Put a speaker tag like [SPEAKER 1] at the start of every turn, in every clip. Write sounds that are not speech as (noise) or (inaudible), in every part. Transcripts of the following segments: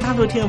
[SPEAKER 1] 大陆听众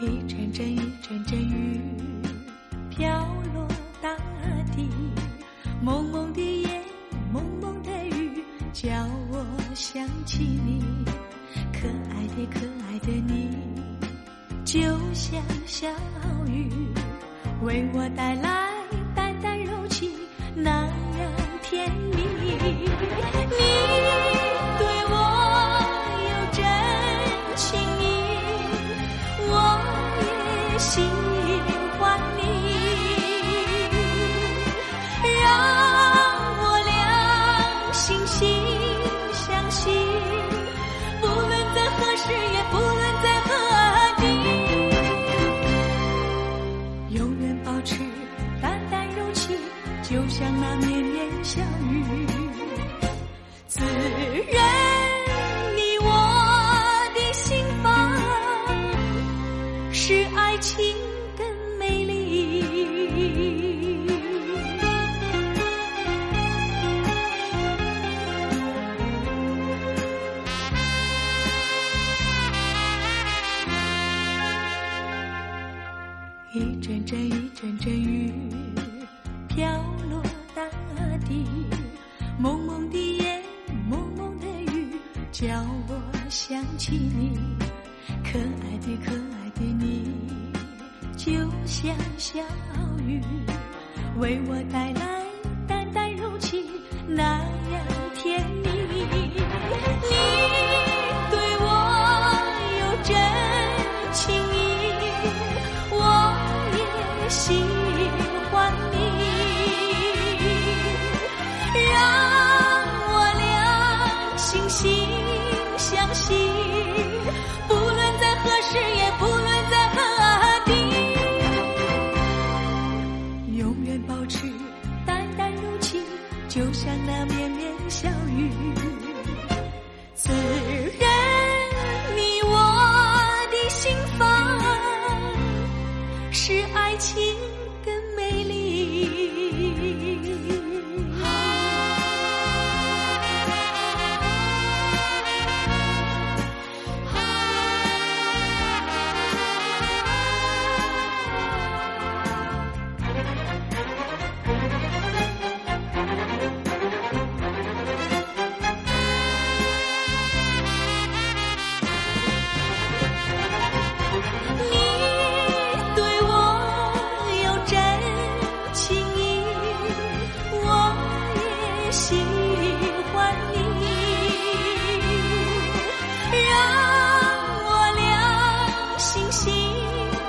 [SPEAKER 2] 一阵阵一阵阵雨飘落大地，蒙蒙的夜，蒙蒙的雨，叫我想起你，可爱的可爱的你，就像小雨，为我带来淡淡柔情，那样甜蜜。你对我有真。情的美丽。一阵阵一阵阵雨飘落大地，蒙蒙的夜，蒙蒙的雨，叫我想起你，可爱的可爱的你，就像小雨，为我带来淡淡柔情，那样甜蜜。你对我有真情意，我也喜欢你，让我俩惺惺相惜，不论在何时，也不论在何地，永远保持淡淡柔情，就像那绵绵小雨。滋润你我的心房，是爱情的美丽。你对我有真情意，我也喜欢你，让我俩惺惺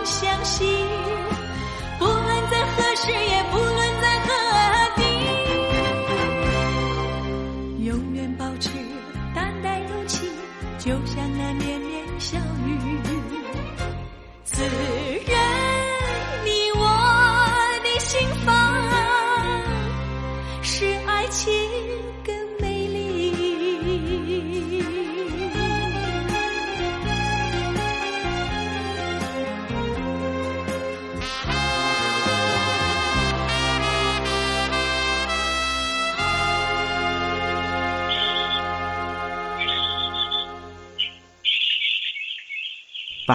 [SPEAKER 2] 相惜，不论在何时，也不论在何地，永远保持淡淡柔情，就像那绵绵小雨。
[SPEAKER 3] 哎
[SPEAKER 2] 滋润你我的心房，是爱情的美丽。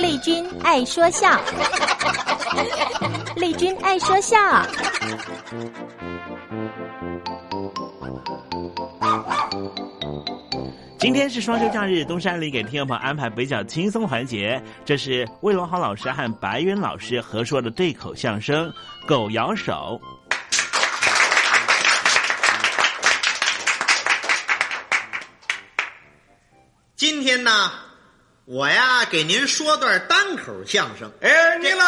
[SPEAKER 4] 丽君爱说笑，丽君爱说笑。
[SPEAKER 1] 今天是双休假日，东山里给听众朋友安排比较轻松环节，这是魏龙豪老师和白渊老师合说的对口相声《狗咬手》。
[SPEAKER 3] 今天呢，我呀给您说段单口相声。
[SPEAKER 5] 哎，你了，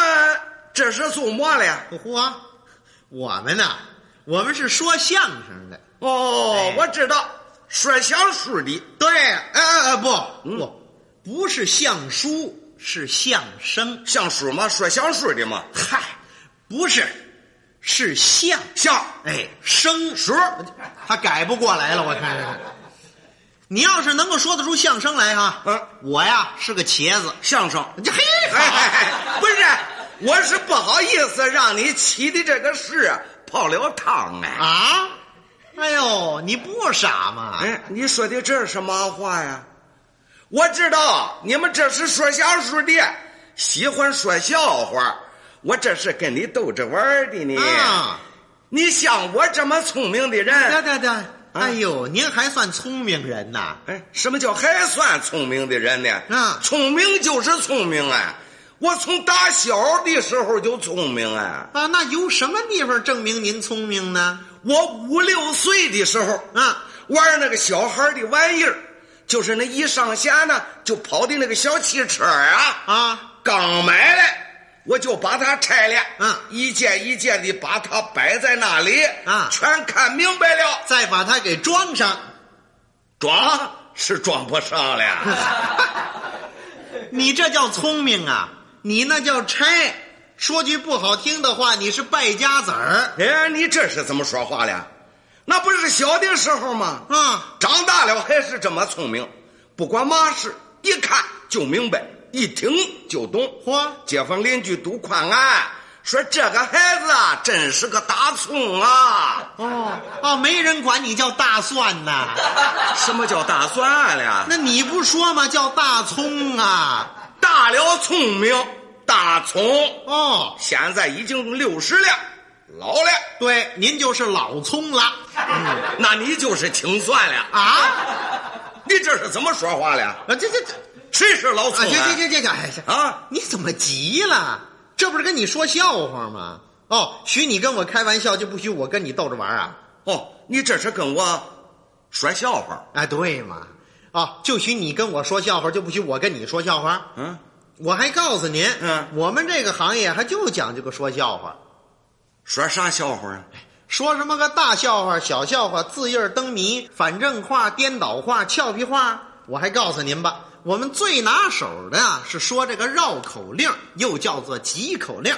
[SPEAKER 5] 这是做么了呀？
[SPEAKER 3] 嚯，啊我们呢，我们是说相声的。
[SPEAKER 5] 哦
[SPEAKER 3] 哎，
[SPEAKER 5] 我知道，说小书的。哎
[SPEAKER 2] 嗯
[SPEAKER 3] 对，呃，不不，不是相书，
[SPEAKER 5] 是相声，
[SPEAKER 2] 相书吗？说相书的吗？
[SPEAKER 5] 嗨，不是，是相
[SPEAKER 2] 相
[SPEAKER 5] 哎生
[SPEAKER 2] (laughs) 书，
[SPEAKER 5] 他改不过来了，我看看。你要是能够说得出相声来哈，
[SPEAKER 2] 嗯，
[SPEAKER 5] 我呀是个茄子，
[SPEAKER 2] 相声。
[SPEAKER 5] 这嘿，
[SPEAKER 2] 哎哎 (laughs) 哎，不是，我是不好意思让你起的这个事泡了汤哎。
[SPEAKER 5] 啊，哎呦，你不傻吗？
[SPEAKER 2] 哎，你说的这是什么话呀？我知道你们这是说相声的，喜欢说笑话。我这是跟你逗着玩儿的呢。
[SPEAKER 5] 啊，
[SPEAKER 2] 你像我这么聪明的
[SPEAKER 5] 对
[SPEAKER 2] 人，
[SPEAKER 5] 对对，哎呦，您还算聪明人呐？
[SPEAKER 2] 哎，什么叫还算聪明的人呢？
[SPEAKER 5] 啊
[SPEAKER 2] 聪明就是聪明啊！我从打小的时候就聪明啊！
[SPEAKER 5] 啊，那由什么地方证明您聪明呢？
[SPEAKER 2] 我五六岁的时候
[SPEAKER 5] 啊，
[SPEAKER 2] 玩那个小孩的玩意儿，就是那一上下呢就跑的那个小汽车啊
[SPEAKER 5] 啊，
[SPEAKER 2] 刚买来，我就把它拆了，
[SPEAKER 5] 嗯
[SPEAKER 2] 一件一件的把它摆在那里
[SPEAKER 5] 啊
[SPEAKER 2] 全看明白了，
[SPEAKER 5] 再把它给装上。
[SPEAKER 2] 装是装不上了。
[SPEAKER 5] (laughs) 你这叫聪明啊，你那叫拆。说句不好听的话，你是败家子儿
[SPEAKER 2] 哎，你这是怎么说话了？那不是小的时候吗？
[SPEAKER 5] 啊！
[SPEAKER 2] 长大了还是这么聪明，不管嘛事，一看就明白，一听就懂。
[SPEAKER 5] 嚯
[SPEAKER 2] 街坊邻居都夸俺，说这个孩子啊，真是个大葱啊！
[SPEAKER 5] 哦哦，没人管你叫大蒜呐，
[SPEAKER 2] 什么叫大蒜了？
[SPEAKER 5] 那你不说吗？叫大葱啊！
[SPEAKER 2] 大了聪明，大葱。
[SPEAKER 5] 哦，
[SPEAKER 2] 现在已经六十了，老了，嗯
[SPEAKER 5] 对，您就是老葱了嗯
[SPEAKER 2] 那你就是清算了。
[SPEAKER 5] 啊！
[SPEAKER 2] 你这是怎么说话了？
[SPEAKER 5] 啊，这这这，
[SPEAKER 2] 谁是老
[SPEAKER 5] 啊，
[SPEAKER 2] 葱
[SPEAKER 5] 这
[SPEAKER 2] 啊？
[SPEAKER 5] 这这这这，哎呀
[SPEAKER 2] 啊！
[SPEAKER 5] 你怎么急了？这不是跟你说笑话吗？哦，许你跟我开玩笑，就不许我跟你逗着玩啊？
[SPEAKER 2] 哦，你这是跟我说笑话？
[SPEAKER 5] 哎，对嘛，哦，就许你跟我说笑话，就不许我跟你说笑话。
[SPEAKER 2] 嗯，
[SPEAKER 5] 我还告诉您，
[SPEAKER 2] 嗯
[SPEAKER 5] 我们这个行业还就讲究个说笑话，
[SPEAKER 2] 说啥笑话啊？
[SPEAKER 5] 说什么个大笑话、小笑话、字印儿灯谜、反正话、颠倒话、俏皮话。我还告诉您吧，我们最拿手的啊是说这个绕口令，又叫做急口令。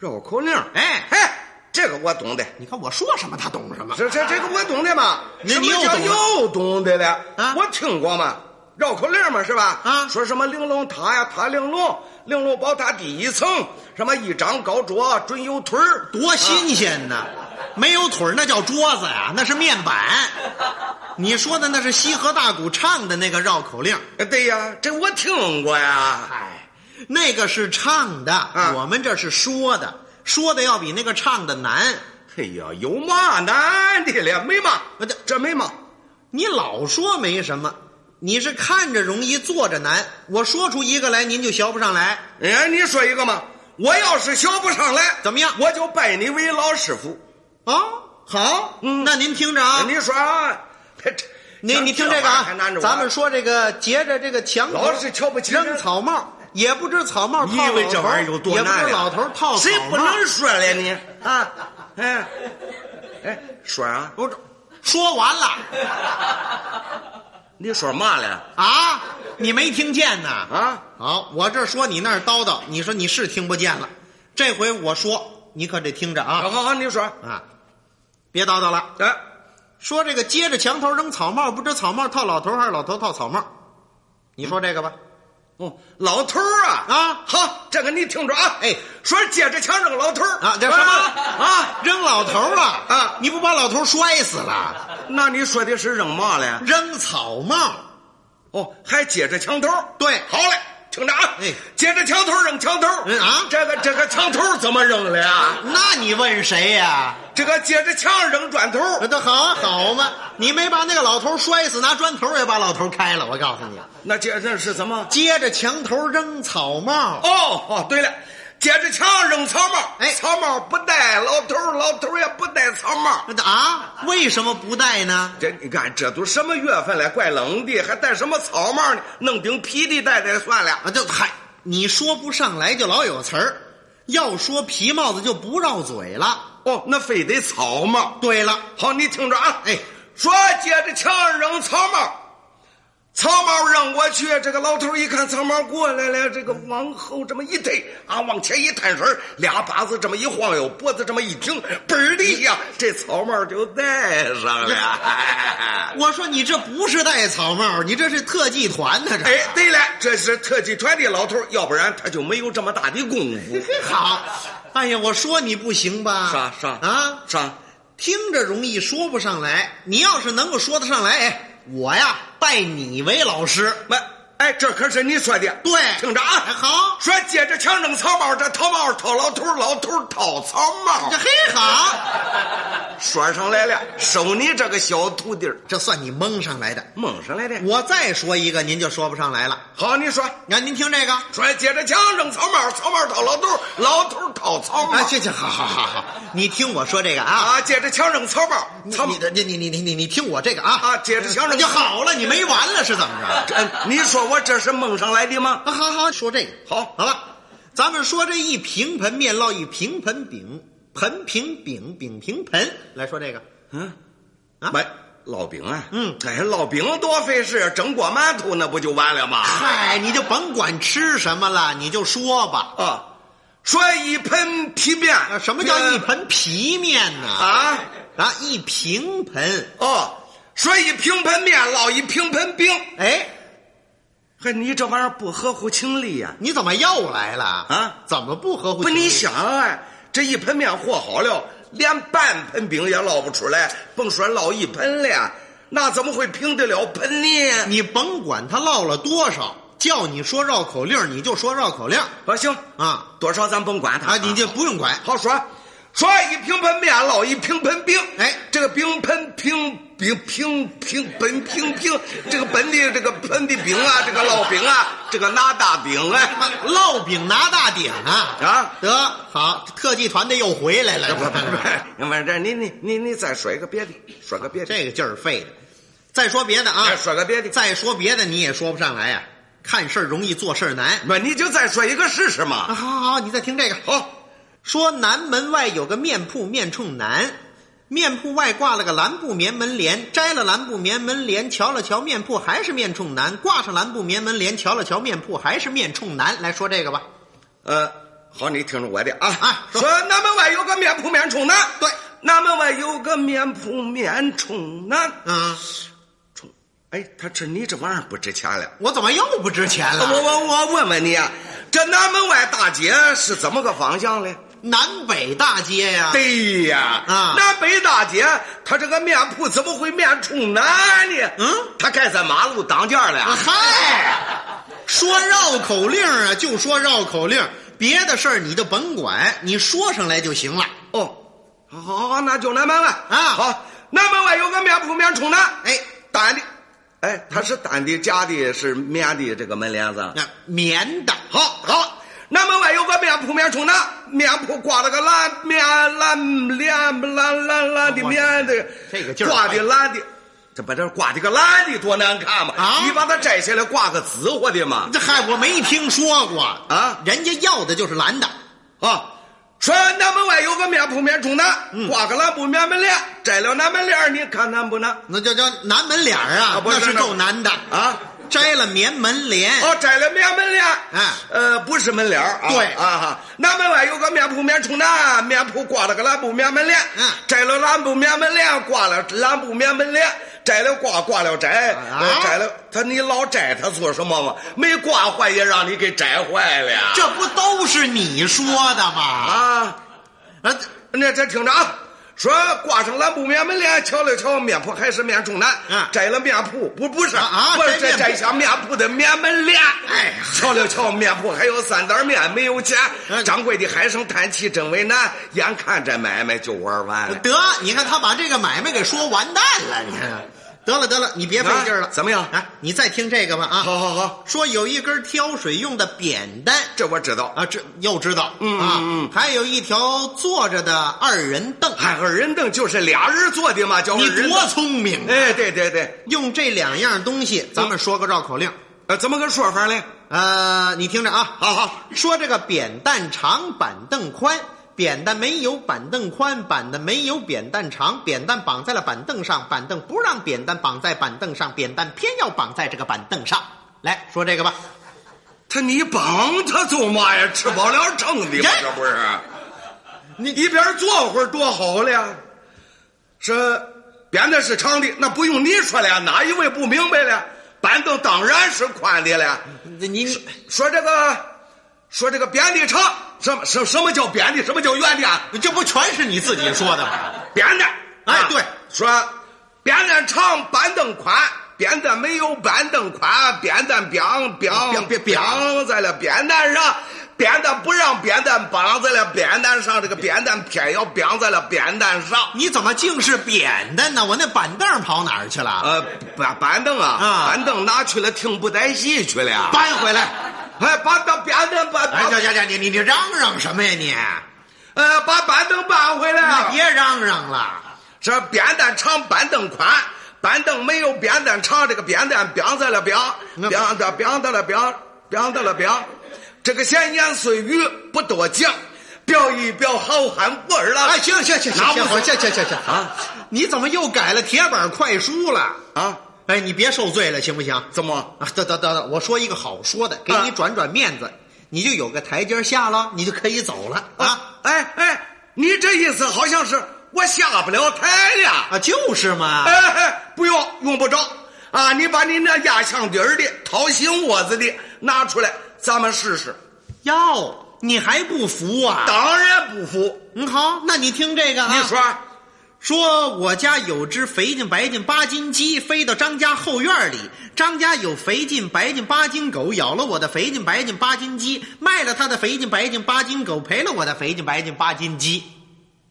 [SPEAKER 2] 绕口令？
[SPEAKER 5] 哎，
[SPEAKER 2] 哎，这个我懂的。
[SPEAKER 5] 你看我说什么，他懂什么。
[SPEAKER 2] 这这这个我懂的嘛？
[SPEAKER 5] 你
[SPEAKER 2] 什么
[SPEAKER 5] 你又
[SPEAKER 2] 叫
[SPEAKER 5] 懂
[SPEAKER 2] 又懂的了？
[SPEAKER 5] 啊
[SPEAKER 2] 我听过嘛，绕口令嘛是吧？
[SPEAKER 5] 啊
[SPEAKER 2] 说什么玲珑塔呀，塔玲珑，玲珑宝塔第一层，什么一张高桌准有腿儿，啊
[SPEAKER 5] 多新鲜呐！没有腿儿那叫桌子呀、那是面板。你说的那是西河大鼓唱的那个绕口令，
[SPEAKER 2] 哎对呀，这我听过呀。
[SPEAKER 5] 哎，那个是唱的，
[SPEAKER 2] 啊
[SPEAKER 5] 我们这是说的，说的要比那个唱的难。
[SPEAKER 2] 哎呀，有嘛难的了？没嘛
[SPEAKER 5] 啊这，
[SPEAKER 2] 这没嘛。
[SPEAKER 5] 你老说没什么，你是看着容易做着难。我说出一个来，您就学不上来。
[SPEAKER 2] 哎，你说一个嘛？我要是学不上来，
[SPEAKER 5] 怎么样
[SPEAKER 2] 我就拜你为老师傅。
[SPEAKER 5] 哦，好，
[SPEAKER 2] 嗯
[SPEAKER 5] 那您听着啊，
[SPEAKER 2] 你说啊，这
[SPEAKER 5] 你你听这个啊，咱们说这个结着这个墙头，
[SPEAKER 2] 老是瞧不起人
[SPEAKER 5] 扔草帽，也不知草帽套
[SPEAKER 2] 你以为
[SPEAKER 5] 老
[SPEAKER 2] 这
[SPEAKER 5] 头
[SPEAKER 2] 玩意儿有多
[SPEAKER 5] 也
[SPEAKER 2] 难
[SPEAKER 5] 不
[SPEAKER 2] 啊
[SPEAKER 5] 知老头套
[SPEAKER 2] 谁
[SPEAKER 5] 草
[SPEAKER 2] 不
[SPEAKER 5] 帽
[SPEAKER 2] 能说了你？
[SPEAKER 5] 啊？
[SPEAKER 2] 哎，哎，说啊，
[SPEAKER 5] 我这说完了
[SPEAKER 2] 你说嘛了？
[SPEAKER 5] 啊，你没听见呐？
[SPEAKER 2] 啊，
[SPEAKER 5] 好，我这说你那儿叨叨，你说你是听不见了。这回我说，你可得听着
[SPEAKER 2] 好
[SPEAKER 5] 啊
[SPEAKER 2] 好好，你说，
[SPEAKER 5] 啊，别叨叨了。
[SPEAKER 2] 哎，
[SPEAKER 5] 说这个接着墙头扔草帽，不知草帽套老头还是老头套草帽？你说这个吧。
[SPEAKER 2] 哦，老头儿啊，
[SPEAKER 5] 啊
[SPEAKER 2] 好，这个你听着啊，
[SPEAKER 5] 哎，
[SPEAKER 2] 说接着抢这个老头儿
[SPEAKER 5] 啊，这什么
[SPEAKER 2] 啊？
[SPEAKER 5] 扔老头儿了
[SPEAKER 2] 啊
[SPEAKER 5] 你不把老头儿摔死了？
[SPEAKER 2] 那你说的是扔嘛了？
[SPEAKER 5] 扔草帽，
[SPEAKER 2] 哦，还接着墙头。
[SPEAKER 5] 对
[SPEAKER 2] 好嘞，听着啊，
[SPEAKER 5] 哎
[SPEAKER 2] 接着墙头扔墙头。
[SPEAKER 5] 嗯啊
[SPEAKER 2] 这个这个墙头怎么扔的呀？
[SPEAKER 5] 那你问谁呀、
[SPEAKER 2] 这个接着墙扔砖头。
[SPEAKER 5] 那都好啊好嘛，你没把那个老头儿摔死，拿砖头也把老头儿开了。我告诉你，
[SPEAKER 2] 那接着是什么？
[SPEAKER 5] 接着墙头扔草帽，
[SPEAKER 2] 哦哦，对了，接着墙扔草帽。
[SPEAKER 5] 哎
[SPEAKER 2] 草帽不戴，老头儿老头儿也不戴草帽。
[SPEAKER 5] 啊？为什么不戴呢？
[SPEAKER 2] 这你看，这都什么月份了，怪冷的，还戴什么草帽呢？弄顶皮的戴戴算了。
[SPEAKER 5] 啊，就嗨，你说不上来就老有词儿，要说皮帽子就不绕嘴了。
[SPEAKER 2] 哦，那非得草帽。
[SPEAKER 5] 对了，
[SPEAKER 2] 好，你听着啊，
[SPEAKER 5] 哎，
[SPEAKER 2] 说接着墙上扔草帽，
[SPEAKER 5] 曹髦让我去，这个老头一看曹髦过来了，这个往后这么一推啊，往前一探水，俩把子这么一晃悠，脖子这么一挺，嘣儿的一下， (laughs) 这草帽就戴上了。
[SPEAKER 2] 我说你这不是戴草帽，你这是特技团呢、啊。
[SPEAKER 5] 哎，对了，这是特技团的老头，要不然他就没有这么大的功夫。
[SPEAKER 2] (laughs) 好，哎呀，我说你不行吧？
[SPEAKER 5] 啥啥
[SPEAKER 2] 啊
[SPEAKER 5] 啥？
[SPEAKER 2] 听着容易说不上来，你要是能够说得上来，哎。我呀，拜你为老师。 (laughs)
[SPEAKER 5] 那哎，这可是你说的，
[SPEAKER 2] 对，哎
[SPEAKER 5] 听着啊，
[SPEAKER 2] 好。
[SPEAKER 5] 说接着强整草帽，这草帽掏老头，老头掏草帽，
[SPEAKER 2] 这嘿好。
[SPEAKER 5] 说上来了，收你这个小徒弟，
[SPEAKER 2] 这算你蒙上来的，
[SPEAKER 5] 蒙上来的。
[SPEAKER 2] 我再说一个，您就说不上来了。
[SPEAKER 5] 好，你说，
[SPEAKER 2] 那您听这个，
[SPEAKER 5] 说接着强整草帽，草帽掏老头，老头掏草帽。
[SPEAKER 2] 啊，去去，好好好好，你听我说这个
[SPEAKER 5] 啊啊，接着强整草帽，
[SPEAKER 2] 你你你你你你你听我这个啊
[SPEAKER 5] 啊，接着强整
[SPEAKER 2] 就好了，你没完了是怎么着？
[SPEAKER 5] 这你说我这是蒙上来的吗？
[SPEAKER 2] (laughs) 啊，好好说这个，
[SPEAKER 5] 好，
[SPEAKER 2] 好了，咱们说这一平盆面烙一平盆饼。盆平饼饼平盆，来说这个，
[SPEAKER 5] 嗯，啊，买烙饼啊，
[SPEAKER 2] 嗯，
[SPEAKER 5] 哎，烙饼多费事，整锅馒头那不就完了吗？
[SPEAKER 2] 嗨，你就甭管吃什么了，你就说吧
[SPEAKER 5] 啊，说一盆皮面，啊、
[SPEAKER 2] 什么叫一盆皮面呢？
[SPEAKER 5] 啊
[SPEAKER 2] 啊，一平盆
[SPEAKER 5] 哦，说一平盆面烙一平盆饼，
[SPEAKER 2] 哎。
[SPEAKER 5] 嘿，你这玩意儿不合乎情理呀、啊！
[SPEAKER 2] 你怎么又来了
[SPEAKER 5] 啊？
[SPEAKER 2] 怎么不合乎
[SPEAKER 5] 情理？不，你想啊。这一盆面和好了，连半盆饼也烙不出来，甭说烙一盆了，那怎么会平得了盆呢？
[SPEAKER 2] 你甭管他烙了多少，叫你说绕口令，你就说绕口令。
[SPEAKER 5] 啊，行
[SPEAKER 2] 啊，
[SPEAKER 5] 多少咱甭管他，
[SPEAKER 2] 啊，你就不用管。
[SPEAKER 5] 好说，说一平盆面烙一平盆饼，
[SPEAKER 2] 哎，
[SPEAKER 5] 这个饼盆平饼平平本平平，这个本的这个盆的饼啊，这个烙饼啊，这个拿大饼啊，
[SPEAKER 2] 烙饼拿大饼啊
[SPEAKER 5] 啊
[SPEAKER 2] 得。好，特技团队又回来了。
[SPEAKER 5] 不不不，不是，你你你你再说一个别的，说个别的。哎
[SPEAKER 2] 这个劲儿费的，再说别的啊，
[SPEAKER 5] 说个别的，
[SPEAKER 2] 再说别的你也说不上来呀、啊。看事儿容易，做事儿难。
[SPEAKER 5] 那你就再说一个试试嘛。
[SPEAKER 2] 啊、好好好，你再听这个。
[SPEAKER 5] 好，
[SPEAKER 2] 说南门外有个面铺，面冲南，面铺外挂了个蓝布棉门帘，摘了蓝布棉门帘，瞧了瞧面铺还是面冲南，挂上蓝布棉门帘，瞧了瞧面铺还是面冲南。来说这个吧，
[SPEAKER 5] 呃。好，你听着我的啊！
[SPEAKER 2] 啊
[SPEAKER 5] 说南门外有个面铺面冲南，
[SPEAKER 2] 对，
[SPEAKER 5] 南门外有个面铺面冲南，
[SPEAKER 2] 啊，
[SPEAKER 5] 冲，哎，他这你这玩意儿不值钱了，
[SPEAKER 2] 我怎么又不值钱了？
[SPEAKER 5] 我我我问问你、啊，这南门外大街是怎么个方向嘞？
[SPEAKER 2] 南北大街呀、啊，
[SPEAKER 5] 对呀，
[SPEAKER 2] 啊，
[SPEAKER 5] 南北大街，他这个面铺怎么会面冲南呢？
[SPEAKER 2] 嗯，啊
[SPEAKER 5] 他盖在马路当间了。
[SPEAKER 2] 嗨，说绕口令啊，就说绕口令。别的事儿你就甭管，你说上来就行了。
[SPEAKER 5] 哦，好，好，好，那就南门外
[SPEAKER 2] 啊。
[SPEAKER 5] 好，南门外有个面铺面冲南，
[SPEAKER 2] 哎，
[SPEAKER 5] 单的，哎，
[SPEAKER 2] 嗯
[SPEAKER 5] 它是单的，夹的是棉的这个门帘子。
[SPEAKER 2] 那、啊、棉的，
[SPEAKER 5] 好好。南门外有个面铺面冲南，面铺挂了个蓝棉蓝帘蓝蓝蓝的棉的，
[SPEAKER 2] 这个劲儿
[SPEAKER 5] 挂的蓝的。这把这挂这个蓝的多难看嘛！
[SPEAKER 2] 啊，
[SPEAKER 5] 你把它摘下来挂个紫货的嘛！
[SPEAKER 2] 这嗨，我没听说过
[SPEAKER 5] 啊！
[SPEAKER 2] 人家要的就是蓝的
[SPEAKER 5] 啊！说南门外有个面铺面冲南，
[SPEAKER 2] 嗯
[SPEAKER 5] 挂个蓝布棉门帘，摘了南门帘，你看难不难？
[SPEAKER 2] 那叫叫南门帘啊，那是够难的
[SPEAKER 5] 啊！
[SPEAKER 2] 摘了棉门帘
[SPEAKER 5] 哦，摘了棉门帘
[SPEAKER 2] 啊，
[SPEAKER 5] 呃，不是门帘啊，
[SPEAKER 2] 对
[SPEAKER 5] 啊，南门外有个面铺面冲南，面铺挂了个蓝布棉门帘，
[SPEAKER 2] 嗯，
[SPEAKER 5] 摘了蓝布棉门帘，挂了蓝布棉门帘。摘了挂，挂了摘，呃
[SPEAKER 2] 啊、
[SPEAKER 5] 摘了他，你老摘他做什么嘛？没挂坏也让你给摘坏了呀！
[SPEAKER 2] 这不都是你说的吗？
[SPEAKER 5] 啊，
[SPEAKER 2] 啊，
[SPEAKER 5] 那这听着啊，说挂上蓝布棉门帘，瞧了瞧面铺还是面冲南，
[SPEAKER 2] 啊，
[SPEAKER 5] 摘了面铺不不是
[SPEAKER 2] 啊，
[SPEAKER 5] 不是摘下面铺的棉门帘，
[SPEAKER 2] 哎，
[SPEAKER 5] 瞧了瞧面铺还有三袋面没有钱，
[SPEAKER 2] 嗯
[SPEAKER 5] 掌柜的唉声叹气真为难，眼看这买卖就玩完了。
[SPEAKER 2] 得，你看他把这个买卖给说完蛋了，你看。得了得了，你别费劲了、
[SPEAKER 5] 啊，怎么样？
[SPEAKER 2] 哎、啊，你再听这个吧啊！
[SPEAKER 5] 好好好，
[SPEAKER 2] 说有一根挑水用的扁担，
[SPEAKER 5] 这我知道
[SPEAKER 2] 啊，这又知道，
[SPEAKER 5] 嗯
[SPEAKER 2] 啊，
[SPEAKER 5] 嗯
[SPEAKER 2] 还有一条坐着的二人凳，
[SPEAKER 5] 哎，二人凳就是俩人坐的嘛，叫
[SPEAKER 2] 啊你多聪明、啊！
[SPEAKER 5] 哎，对对对，
[SPEAKER 2] 用这两样东西，咱们说个绕口令，
[SPEAKER 5] 呃、嗯，怎么个说法嘞？
[SPEAKER 2] 呃，你听着啊，
[SPEAKER 5] 好好
[SPEAKER 2] 说这个扁担长，板凳宽。
[SPEAKER 1] 扁担没有板凳宽，板凳没有扁担长，扁担绑在了板凳上，板凳不让扁担绑在板凳上，扁担偏要绑在这个板凳上。来说这个吧，
[SPEAKER 5] 他你绑他做嘛呀？吃饱 (laughs) 了撑的嘛，这不是？啊你一边坐会儿多好了呀。是扁担是长的，那不用你说了呀，哪一位不明白了？板凳当然是宽的了。
[SPEAKER 1] 你
[SPEAKER 5] 说这个，说这个扁的长，什么什什么叫扁的？什么叫圆的？啊？
[SPEAKER 1] 这不全是你自己说的吗？
[SPEAKER 5] 扁担，
[SPEAKER 1] 哎对，
[SPEAKER 5] 啊说扁担长，板凳宽。扁担没有板凳宽，扁担绑
[SPEAKER 1] 哦
[SPEAKER 5] 绑绑在了扁担上，扁担不让扁担绑在了扁担上，这个扁担偏要绑在了扁担上。
[SPEAKER 1] 你怎么净是扁担呢？我那板凳跑哪儿去了？
[SPEAKER 5] 呃，板板凳啊，
[SPEAKER 1] 啊
[SPEAKER 5] 板凳拿去了，听不带戏去了呀。
[SPEAKER 1] 搬回来，
[SPEAKER 5] 哎，把把扁担把，
[SPEAKER 1] 哎，行行行，你你你嚷嚷什么呀你？
[SPEAKER 5] 呃，把板凳搬回来啊。
[SPEAKER 1] 别嚷嚷了，
[SPEAKER 5] 这扁担长，板凳宽。板凳没有扁担长，这个扁担扁在了扁，扁的扁的了扁，扁的了扁。这个闲言碎语不多讲，表一表好汉过儿了。
[SPEAKER 1] 哎，行行行行
[SPEAKER 5] 拿不
[SPEAKER 1] 行
[SPEAKER 5] 走
[SPEAKER 1] 行行行行
[SPEAKER 5] 啊！
[SPEAKER 1] 你怎么又改了铁板快书了
[SPEAKER 5] 啊？
[SPEAKER 1] 哎，你别受罪了，行不行？
[SPEAKER 5] 怎么？
[SPEAKER 1] 啊，等等等等，我说一个好说的，给
[SPEAKER 5] 啊
[SPEAKER 1] 你转转面子，你就有个台阶下了，你就可以走了啊！
[SPEAKER 5] 啊，哎哎，你这意思好像是我下不了台了。
[SPEAKER 1] 啊，就是嘛。
[SPEAKER 5] 哎哎，不用，用不着啊！你把你那压箱底儿的、掏心窝子的拿出来，咱们试试。
[SPEAKER 1] 哟，你还不服啊？
[SPEAKER 5] 当然不服，
[SPEAKER 1] 嗯，好，那你听这个啊。
[SPEAKER 5] 你说，
[SPEAKER 1] 说我家有只肥劲白劲八斤鸡飞到张家后院里，张家有肥劲白劲八斤狗咬了我的肥劲白劲八斤鸡，卖了他的肥劲白劲八斤狗赔了我的肥劲白劲八斤鸡。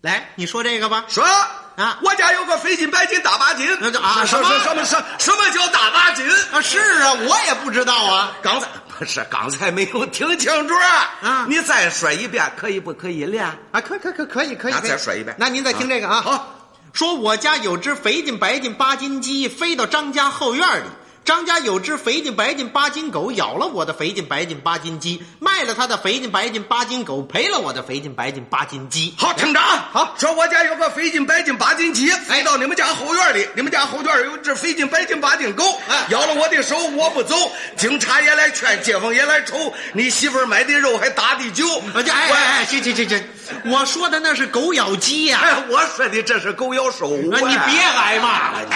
[SPEAKER 1] 来，你说这个吧。
[SPEAKER 5] 说
[SPEAKER 1] 啊
[SPEAKER 5] 我家有个肥金白金大八斤
[SPEAKER 1] 那就啊
[SPEAKER 5] 什么
[SPEAKER 1] 什
[SPEAKER 5] 什么什什么叫大八斤？
[SPEAKER 1] 啊，是啊，我也不知道啊。
[SPEAKER 5] 刚才不是刚才没有听清楚啊！
[SPEAKER 1] 啊
[SPEAKER 5] 你再说一遍，可以不可以了？
[SPEAKER 1] 啊，可可可可以可以。
[SPEAKER 5] 那
[SPEAKER 1] 可以
[SPEAKER 5] 再说一遍
[SPEAKER 1] 那您再听这个啊。
[SPEAKER 5] 啊好，
[SPEAKER 1] 说我家有只肥劲白劲八斤鸡飞到张家后院里，张家有只肥劲白劲八斤狗咬了我的肥劲白劲八斤鸡，卖了他的肥劲白劲八斤狗，赔了我的肥劲白劲八斤鸡。
[SPEAKER 5] (laughs) 好，听着啊！
[SPEAKER 1] 好哎
[SPEAKER 5] 说我家有个肥金白金八斤鸡，飞到你们家后院里，你们家后院有一只肥金白金八斤狗，
[SPEAKER 1] 哎
[SPEAKER 5] 咬了我的手，我不走，警察也来劝，街坊也来抽，你媳妇儿买的肉还打的酒，
[SPEAKER 1] 哎哎
[SPEAKER 5] 我
[SPEAKER 1] 哎，行行行行，我说的那是狗咬鸡呀、
[SPEAKER 5] 哎，我说的这是狗咬手啊！
[SPEAKER 1] 啊你别挨骂了
[SPEAKER 5] 你。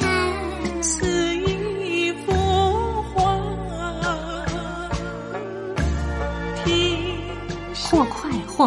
[SPEAKER 2] 看似一幅画，听
[SPEAKER 6] 或快或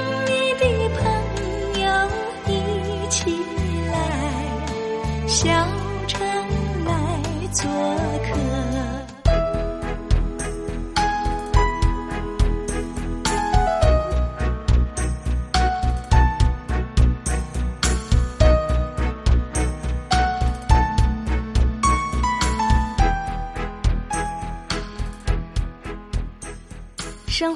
[SPEAKER 2] 你的朋友一起来，小城来做客。
[SPEAKER 7] 生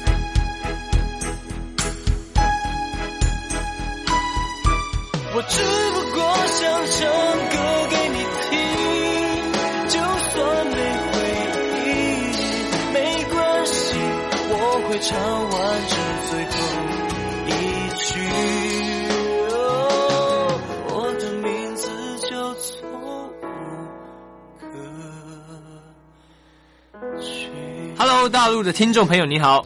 [SPEAKER 2] 小
[SPEAKER 8] 唱完这最后一句。哦我的名字叫做无可取。
[SPEAKER 9] Hello，大陆的听众朋友，你好，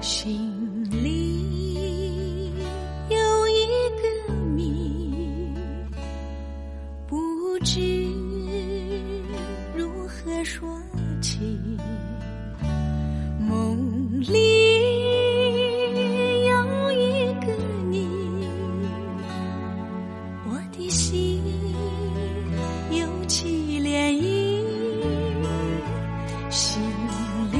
[SPEAKER 2] 心里有一个谜，不知如何说起。梦里有一个你，我的心有起涟漪，心里。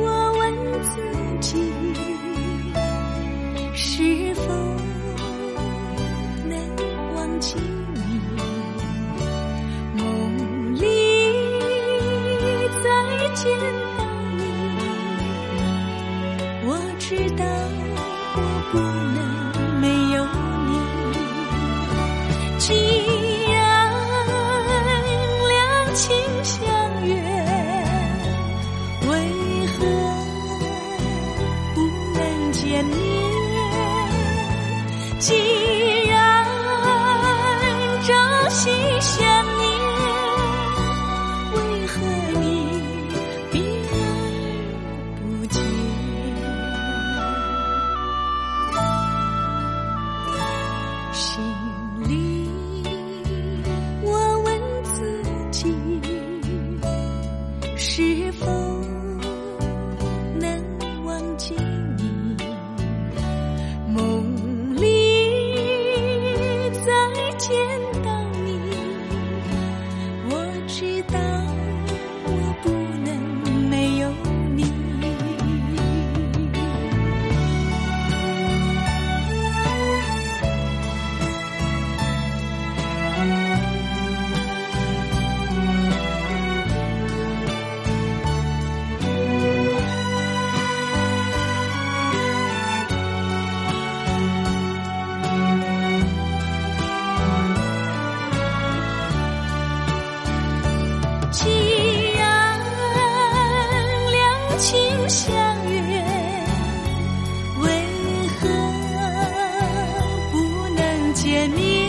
[SPEAKER 2] 我问自己，是否能忘记你？梦里再见到你，我知道我不能没有你。既然两情相悦，为何不能见面？既然朝夕相念，为何你避而不见？心里我问自己，是否？能忘记你，梦里再见到你，我知道我不能没有你。既然两情相悦，为何不能见面？